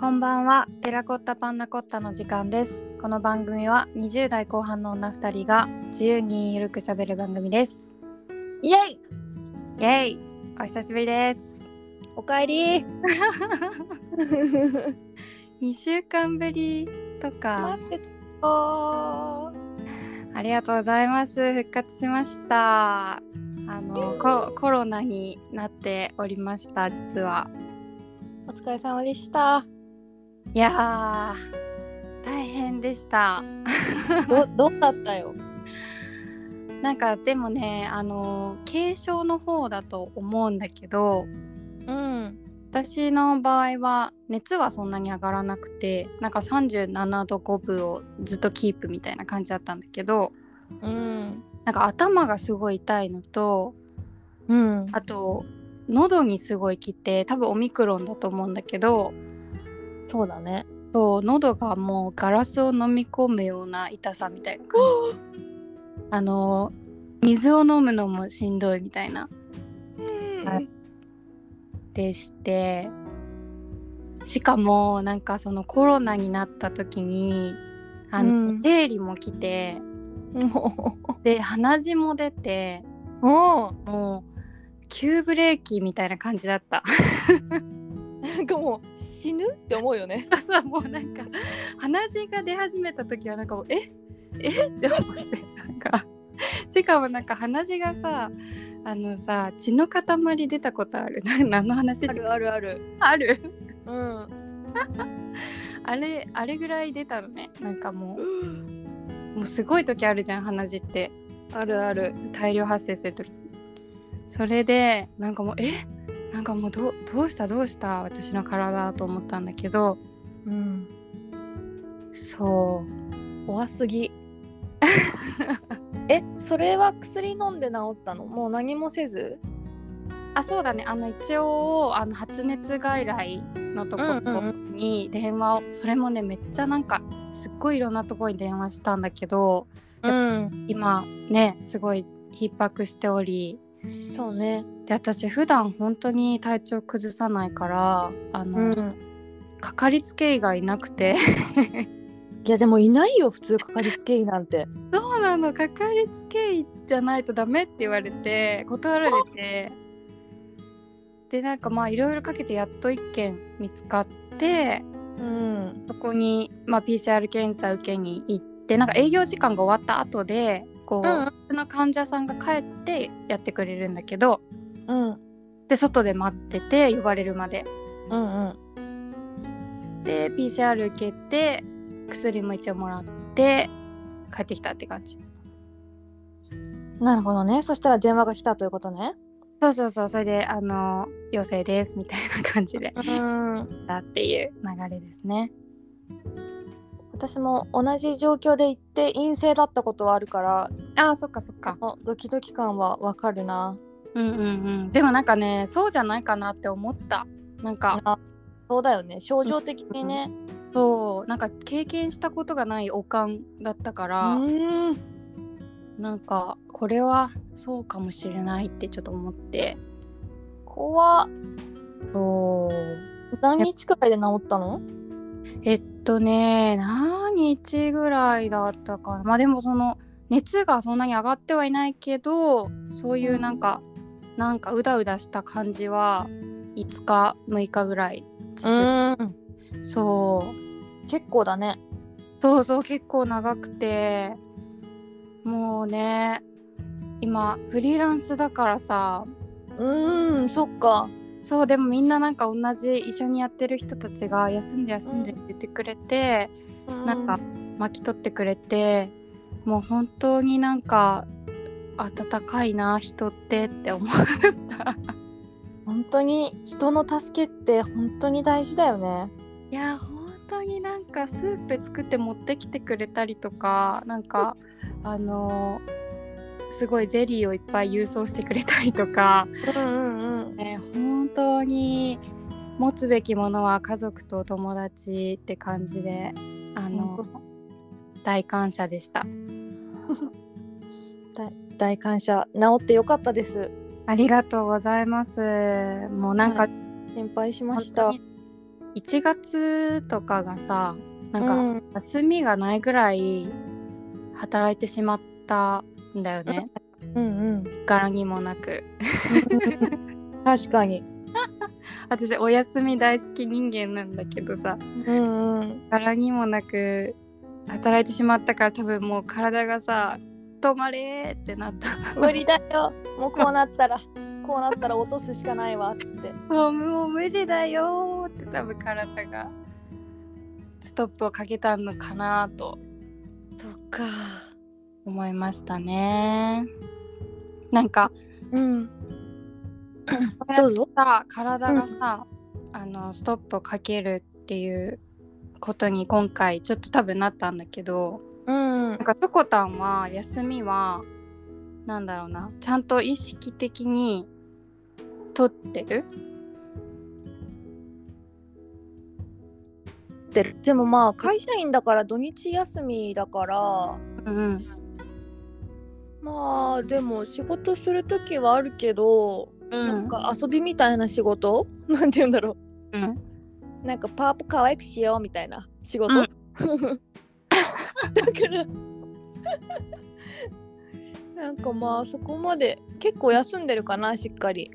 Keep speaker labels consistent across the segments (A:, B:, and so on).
A: こんばんは、テラコッタパンナコッタの時間です。この番組は20代後半の女二人が自由にゆるく喋る番組です。
B: イエイ
A: イェイ、お久しぶりです。
B: おかえり
A: 2週間ぶりとか
B: 待、ってた
A: ありがとうございます。復活しました。あのココロナになっておりました、実は。
B: お疲れ様でした
A: いやー、大変でした。
B: どどうだったよ
A: なんかでもね、あの軽症の方だと思うんだけど、
B: うん
A: 私の場合は熱はそんなに上がらなくてなんか37度5分をずっとキープみたいな感じだったんだけど
B: うん
A: なんか頭がすごい痛いのと
B: うん
A: あと喉にすごいきて多分オミクロンだと思うんだけど
B: そうだね
A: そう喉がもうガラスを飲み込むような痛さみたいな感じあの水を飲むのもしんどいみたいな
B: はい
A: でしてしかもなんかそのコロナになった時にあの、
B: うん
A: 生理も来て
B: も
A: で鼻血も出て
B: うも
A: もう急ブレーキみたいな感じだった
B: うなんかもう死ぬって思うよね
A: 朝もうなんか鼻血が出始めた時はなんかもうええって思ってなんかしかもなんか鼻血がさあのさ血の塊出たことある な何の話
B: あるあるある
A: ある
B: うん
A: あれあれぐらい出たのねなんかもうもうすごい時あるじゃん鼻血って
B: あるある
A: 大量発生する時それでなんかもうえなんかもうどうどうしたどうした私の体と思ったんだけど
B: うん
A: そう
B: 怖すぎ えそれは薬飲んで治ったのもう何もせず
A: あそうだねあの一応あの発熱外来のとこ
B: うんう
A: ろに電話を、それもねめっちゃなんかすっごいいろんなところに電話したんだけど
B: うん
A: 今ねすごい逼迫しており
B: そうね
A: で私普段本当に体調崩さないからあの、
B: うん
A: かかりつけ医がいなくて
B: いやでもいないよ普通かかりつけ医なんて
A: そうなのかかりつけ医じゃないとダメって言われて断られてでなんかまあいろいろかけてやっと1件見つかって
B: うん
A: そこに、まあ、PCR 検査受けに行ってなんか営業時間が終わった後でこう、
B: うん
A: その患者さんが帰ってやってくれるんだけど
B: うん
A: で外で待ってて呼ばれるまで
B: うんうん
A: で PCR 受けて薬も一応もらって帰ってきたって感じ
B: なるほどねそしたら電話が来たということね
A: そうそうそうそれであの陽性ですみたいな感じで
B: うん
A: だっていう流れですね
B: 私も同じ状況で行って陰性だったことはあるから
A: ああそっかそっか
B: あドキドキ感はわかるな
A: うんうんうんでもなんかねそうじゃないかなって思ったなんか
B: あそうだよね症状的にね
A: そうなんか経験したことがないおかんだったか
B: う
A: ら、
B: ーん
A: なんかこれはそうかもしれないってちょっと思って
B: 怖っ
A: そう
B: 何日くらいで治ったの
A: えっとね何日ぐらいだったかなまあでもその熱がそんなに上がってはいないけどそういうなんか、なんかうだうだした感じは5日6日ぐらい続
B: ん
A: くそう
B: 結構だね
A: そうそう結構長くてもうね今フリーランスだからさ
B: うーんそっか
A: そうでもみんななんか同じ一緒にやってる人たちが休んで休んでって言ってくれて、なんか巻き取ってくれてもう本当になんか温かいな人ってって思った
B: 本当に人の助けって本当に大事だよね
A: いや本当になんかスープ作って持ってきてくれたりとかなんかあのすごいゼリーをいっぱい郵送してくれたりとか、
B: うんうんうん
A: ね、本当に持つべきものは家族と友達って感じであの大感謝でした
B: 大感謝治ってよかったです
A: ありがとうございますもうなんか
B: 心配しま
A: 本
B: した
A: 当に1月とかがさなん
B: う
A: か
B: ん
A: 休みがないぐらい働いてしまったんだよね、
B: うん うん、
A: 柄にもなく
B: 確かに。
A: 私お休み大好き人間なんだけどさ
B: うん うん、
A: 柄にもなく働いてしまったから多分もう体がさ止まれーってなった
B: 無理だよ。もうこうなったら、こうなったら落とすしかないわっつって。
A: もうもう無理だよーって多分体がストップをかけたのかなと
B: そっか。
A: 思いましたねなんか
B: うん。 どうぞ。
A: さ体がさ、あのストップをかけるっていうことに今回ちょっと多分なったんだけど
B: うん。うん
A: なんかチョコタンは休みはなんだろうなちゃんと意識的に取ってる
B: ってるでもまあ会社員だから土日休みだから
A: うん
B: まあでも仕事する時はあるけど、
A: うん
B: なんか遊びみたいな仕事 なんて言うんだろ
A: うん
B: うなんかパープ可愛くしようみたいな仕事、
A: う
B: だから なんかまあそこまで結構休んでるかなしっかり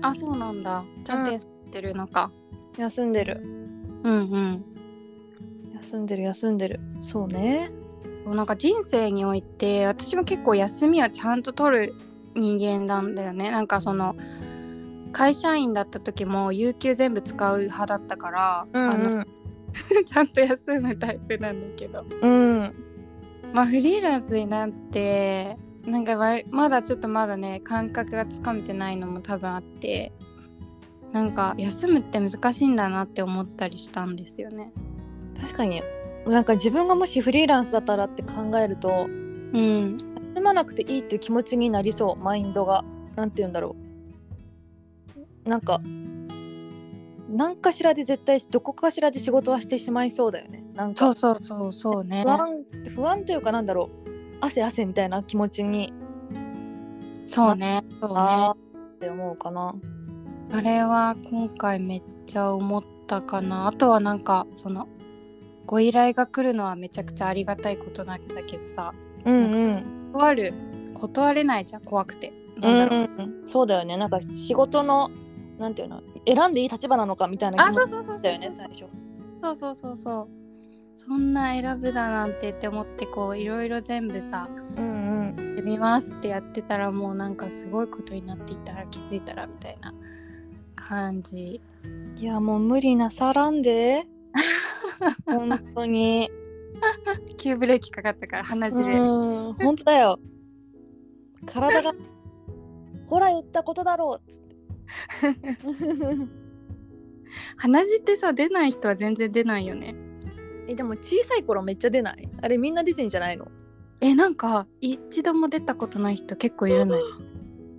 A: あそうなんだちゃんとやってるのか
B: 休んでる
A: うんうん
B: 休んでる休んでるそうね
A: なんか人生において私も結構休みをちゃんと取る人間なんだよねなんかその会社員だった時も有給全部使う派だったから、あの ちゃんと休むタイプなんだけど
B: うん
A: まあフリーランスになってなんかわまだちょっとまだね感覚がつかめてないのも多分あってなんか休むって難しいんだなって思ったりしたんですよね。
B: 確かになんか自分がもしフリーランスだったらって考えると
A: うん、
B: 休まなくていいっていう気持ちになりそうマインドがなんて言うんだろうなんか何かしらで絶対どこかしらで仕事はしてしまいそうだよねなん
A: そ
B: か
A: うそうそうそうね
B: 不。安不安というかなんだろう汗汗みたいな気持ちに
A: そうね。そうね
B: あ。ーって思うかな
A: あれは今回めっちゃ思ったかなあとはなんかそのご依頼が来るのはめちゃくちゃありがたいことなんだけどさ
B: うん
A: うん
B: うん
A: 断る断れないじゃん怖くて
B: う
A: なんだ
B: ん
A: ろう、
B: うんそうだよねなんか仕事のなんていうの選んでいい立場なのかみたいな
A: あ
B: 気
A: そ
B: 持
A: う
B: ち
A: そうそうそ
B: だ
A: う
B: よね最初
A: そうそうそうそうそんな選ぶだなんてって思ってこういろいろ全部さ
B: うんう
A: 「や
B: ん
A: ってみます」ってやってたらもうなんかすごいことになっていたら気づいたらみたいな感じ
B: いやもう無理なさら んで本当に
A: 急ブレーキかかったから鼻血で、
B: うん本当だよ体 がほら言ったことだろうっつって
A: 鼻血ってさ出ない人は全然出ないよね
B: えでも小さい頃めっちゃ出ないあれみんな出てんじゃないの
A: えなんか一度も出たことない人結構いるのよ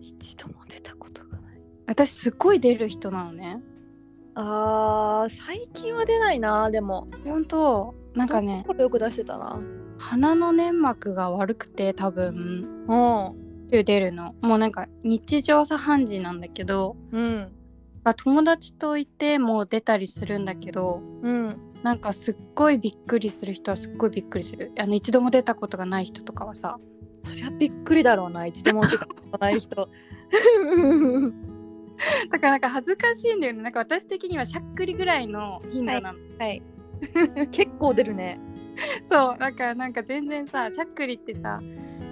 B: 一度も出たことがない
A: 私すっごい出る人なのね
B: あー最近は出ないなでも
A: ほんとなんかね
B: これよく出してたな
A: 鼻の粘膜が悪くて多分
B: うん
A: 出るのもうなんか日常茶飯事なんだけど
B: うん
A: 友達といてもう出たりするんだけど
B: うん
A: なんかすっごいびっくりする人はすっごいびっくりするあの一度も出たことがない人とかはさ
B: そりゃびっくりだろうな一度も出たことない 人
A: だからなんか恥ずかしいんだよねなんか私的にはしゃっくりぐらいの頻度なの、
B: はい結構出るね
A: そうだからなんか全然さしゃっくりってさ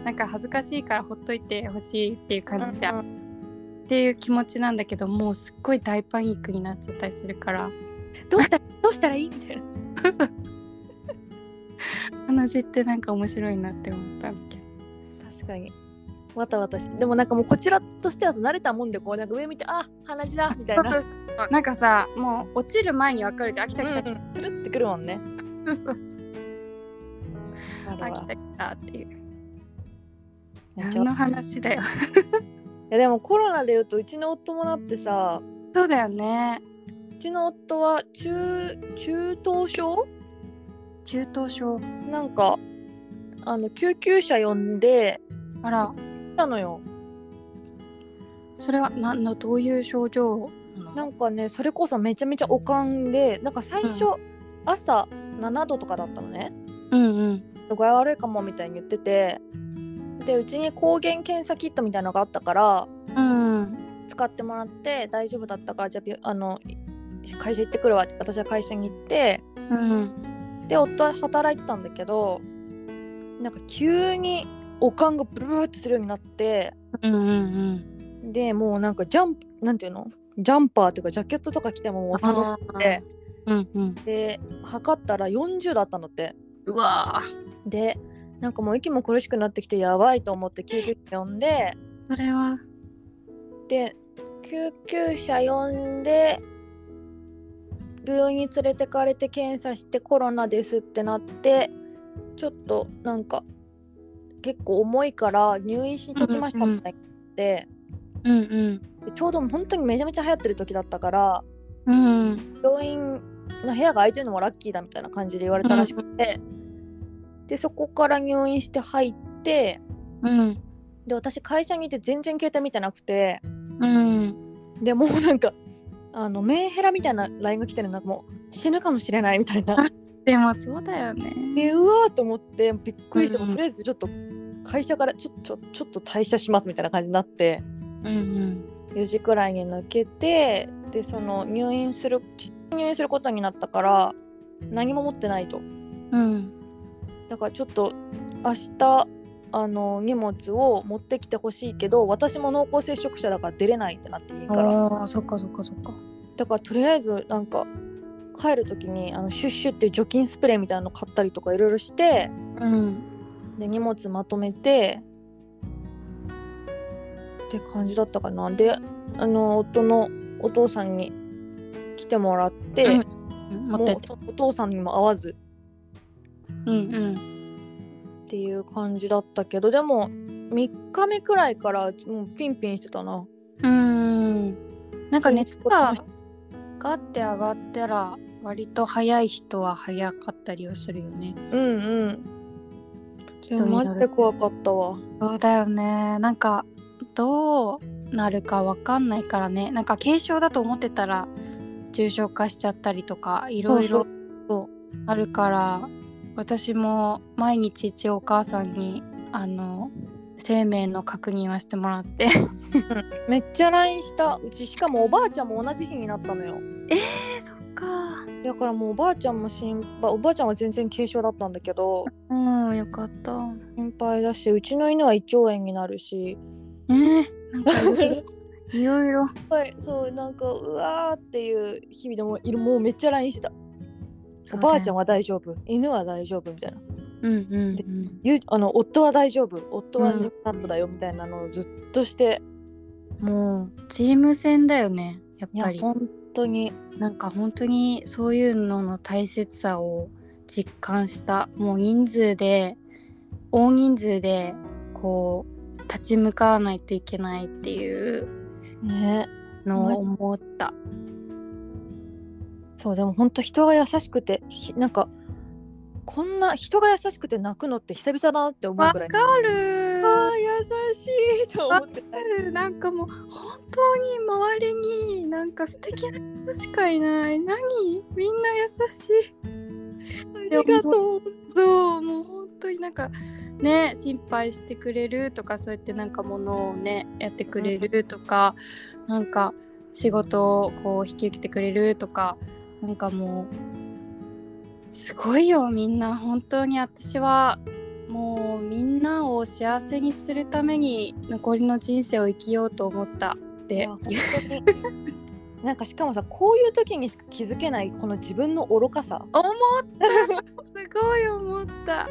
A: なんか恥ずかしいからほっといてほしいっていう感じじゃん、
B: う
A: っていう気持ちなんだけどもうすっごい大パニックになっちゃったりするから
B: どうしたどうしたらいいみたいな。
A: 話ってなんか面白いなって思ったんだけど
B: 確かに。わたわたしでもなんかもうこちらとしては慣れたもんでこうなんか上見てあ鼻血だみたいな。
A: そうそうそうなんかさもう落ちる前にわかるじゃんあ来た来た来た、
B: うんうんつるってくるもんね。
A: そうそう
B: ある
A: あ
B: わ
A: 来た来たっていう
B: めっちゃ
A: 何の話だよ
B: いやでもコロナで言うとうちの夫もなってさ
A: そうだよね
B: うちの夫は中中等症
A: 中等症
B: なんかあの救急車呼んで
A: あら
B: 来たのよ。
A: それはななどういう症状なの
B: なんかねそれこそめちゃめちゃおかんでなんか最初、
A: う
B: 朝7度とかだったのね
A: うんうん
B: 具合悪いかもみたいに言っててでうちに抗原検査キットみたいなのがあったから
A: うん
B: 使ってもらって大丈夫だったからじゃあびあの会社行ってくるわって私は会社に行って
A: うん
B: で夫は働いてたんだけどなんか急におかんがブルーってするようになって
A: うんうん
B: でもうなんかジャンプなんていうのジャンパーっていうかジャケットとか着てももう寒くて
A: うんうん
B: で測ったら40だったんだって
A: うわー
B: でなんかもう息も苦しくなってきてやばいと思って救急車呼んで
A: それは
B: で救急車呼んで病院に連れてかれて検査してコロナですってなってちょっとなんか結構重いから入院しときましたみたいになって、
A: うんうん
B: でちょうど本当にめちゃめちゃ流行ってる時だったから
A: うん
B: 病院の部屋が空いてるのもラッキーだみたいな感じで言われたらしくて、でそこから入院して入って
A: うん
B: で私会社にいて全然携帯見てなくて。
A: うん
B: でもうなんかあのメンヘラみたいな LINE が来てるなんかもう死ぬかもしれないみたいな
A: でもそうだよね
B: でうわーと思ってびっくりして、
A: うんうん
B: もうとりあえずちょっと会社からちょちょちょっと退社しますみたいな感じになって
A: うん
B: 4時くらいに抜けてでその入院する入院することになったから何も持ってないと
A: うんうん
B: だからちょっと明日あの荷物を持ってきてほしいけど私も濃厚接触者だから出れないってなっていいから
A: ああそっかそっかそっか
B: だからとりあえずなんか帰る時にあのシュッシュっていう除菌スプレーみたいなの買ったりとかいろいろして
A: うん
B: で荷物まとめてって感じだったかなであの夫のお父さんに来てもらって、
A: うんうん持
B: もう
A: ってって
B: そお父さんにも会わず
A: うんうん
B: っていう感じだったけどでも3日目くらいからもうピンピンしてたな
A: うんなんか熱
B: う
A: が
B: ん
A: ガッて上がったら割と早い人は早かったりはするよね
B: うんうんで
A: 人
B: も
A: によ
B: マ
A: る
B: ジで怖かったわ
A: そうだよねなんかどうなるかわかんないからねなんか軽症だと思ってたら重症化しちゃったりとかいろいろ
B: そう
A: あるから私も毎日一応お母さんにあの生命の確認はしてもらって
B: めっちゃ LINE したうちしかもおばあちゃんも同じ日になったのよ
A: えそっか
B: だからもうおばあちゃんも心配おばあちゃんは全然軽症だったんだ けど
A: うんよかったね
B: 心配だしうちの犬は胃腸炎にな るし
A: えなんかいろいろ
B: はいそうなんかうわーっていう日々でもいるもうめっちゃ LINE してた
A: そ
B: お
A: うだよ
B: ばあちゃんは大丈夫犬は大丈夫みたいな
A: うんうん、
B: ゆあの夫は大丈夫夫は
A: うん
B: 妊婦だよみたいなのをずっとして、
A: うん、もうチーム戦だよねやっ
B: いや
A: ぱり
B: 本当に
A: なんか本当にそういうのの大切さを実感したもう人数で大人数でこう立ち向かわないといけないっていう
B: ね
A: のを思った
B: そうでも本当人が優しくてひなんかこんな人が優しくて泣くのって久々だなって思う
A: わ
B: く
A: から
B: い
A: る
B: あー優しいと思って
A: わかるなんかもう本当に周りになんか素敵な人しかいない何みんな優しい
B: ありがとう
A: そうもう本当になんかね心配してくれるとかそうやってなんかものをねやってくれるとか、なんか仕事をこう引き受けてくれるとかなんかもうすごいよみんな本当に私はもうみんなを幸せにするために残りの人生を生きようと思ったって
B: いや本当に なんかしかもさこういう時にしか気づけないこの自分の愚かさ
A: 思ったすごい思った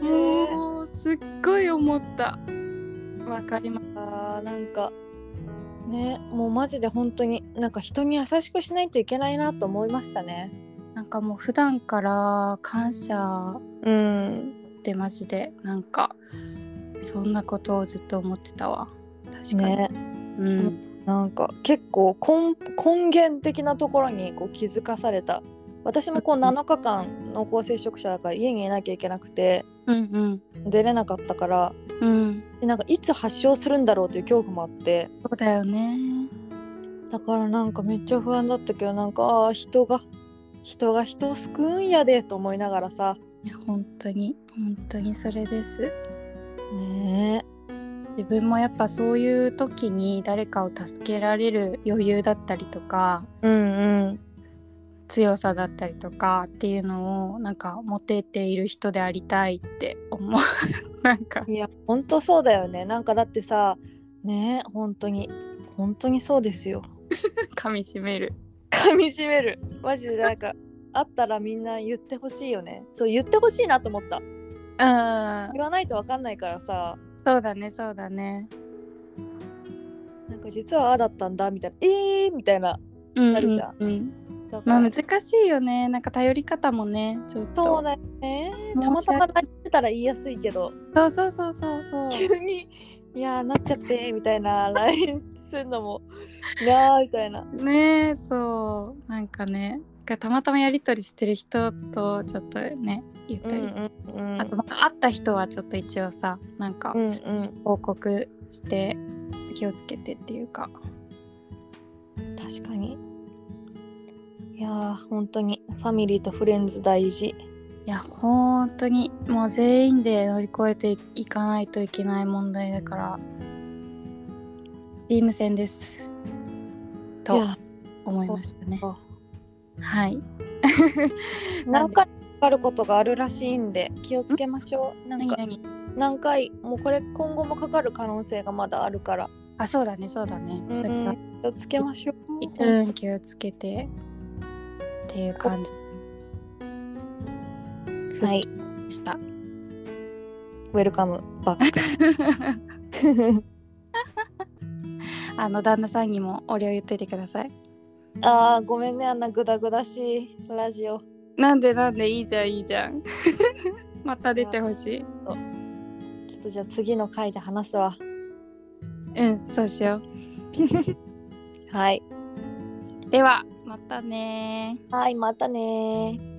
A: もうすっごい思ったわかります
B: あーなんかねもうマジで本当になんか人に優しくしないといけないなと思いましたね
A: なんかもう普段から感謝
B: うん
A: ってマジでなんかそんなことをずっと思ってたわ確かに、
B: ね
A: うん
B: なんか結構根根源的なところにこう気づかされた私もこう
A: うん
B: 7日間濃厚接触者だから家にいなきゃいけなくて
A: うんうん
B: 出れなかったから
A: うん
B: でなんかいつ発症するんだろうという恐怖もあって
A: そうだよね
B: だからなんかめっちゃ不安だったけどなんかあー人が人が人を救うんやでと思いながらさ
A: いや本当に本当にそれです
B: ね
A: 自分もやっぱそういう時に誰かを助けられる余裕だったりとか
B: えうんうん
A: 強さだったりとかっていうのをなんか持てている人でありたいって思う なんか
B: いやほんとそうだよねなんかだってさねえ本当に本当にそうですよ
A: 噛みしめる
B: 噛み締めるマジでなんかあったらみんな言ってほしいよねそう言ってほしいなと思った
A: うん
B: 言わないとわかんないからさ
A: そうだねそうだね
B: なんか実はああだったんだみたいなえーみたいな
A: うん
B: な
A: う
B: る
A: ん
B: じゃん
A: うん
B: だか
A: ま
B: ら
A: あ難しいよねなんか頼り方もねちょっと
B: そうだよね
A: 申
B: たま
A: し訳
B: たま LINE してたら言いやすいけど
A: そうそうそうそうそう
B: 急に「いやーなっちゃって」みたいな LINE するのも「いやー」みたいな
A: ねえそうなんかねがたまたまやり取りしてる人とちょっとねゆったり、
B: うん
A: あとなんか会った人はちょっと一応さなんか
B: うんうん
A: 報告して気をつけてっていうか
B: 確かにいやー本当にファミリーとフレンズ大事
A: いや本当にもう全員で乗り越えていかないといけない問題だからチーム戦です
B: い
A: と
B: や
A: 思いましたね
B: そっ
A: はい
B: 何回かかることがあるらしいんで気をつけましょうなん
A: 何
B: か
A: 何
B: 何回もうこれ今後もかかる可能性がまだあるから、
A: あそうだねそうだね、
B: うん
A: それは
B: 気をつけましょう、
A: うん、気をつけてっていう感じ
B: はい
A: で した。
B: ウェルカム バック
A: あの旦那さんにもお礼を言っといてください。
B: あーごめんねあんなグダグダしいラジオ
A: なんでなんでいいじゃんいいじゃん。 また出てほしい。
B: ちょっとじゃあ次の回で話すわ
A: うん、そうしよ。
B: はいう
A: では、またねー。
B: はいまたねー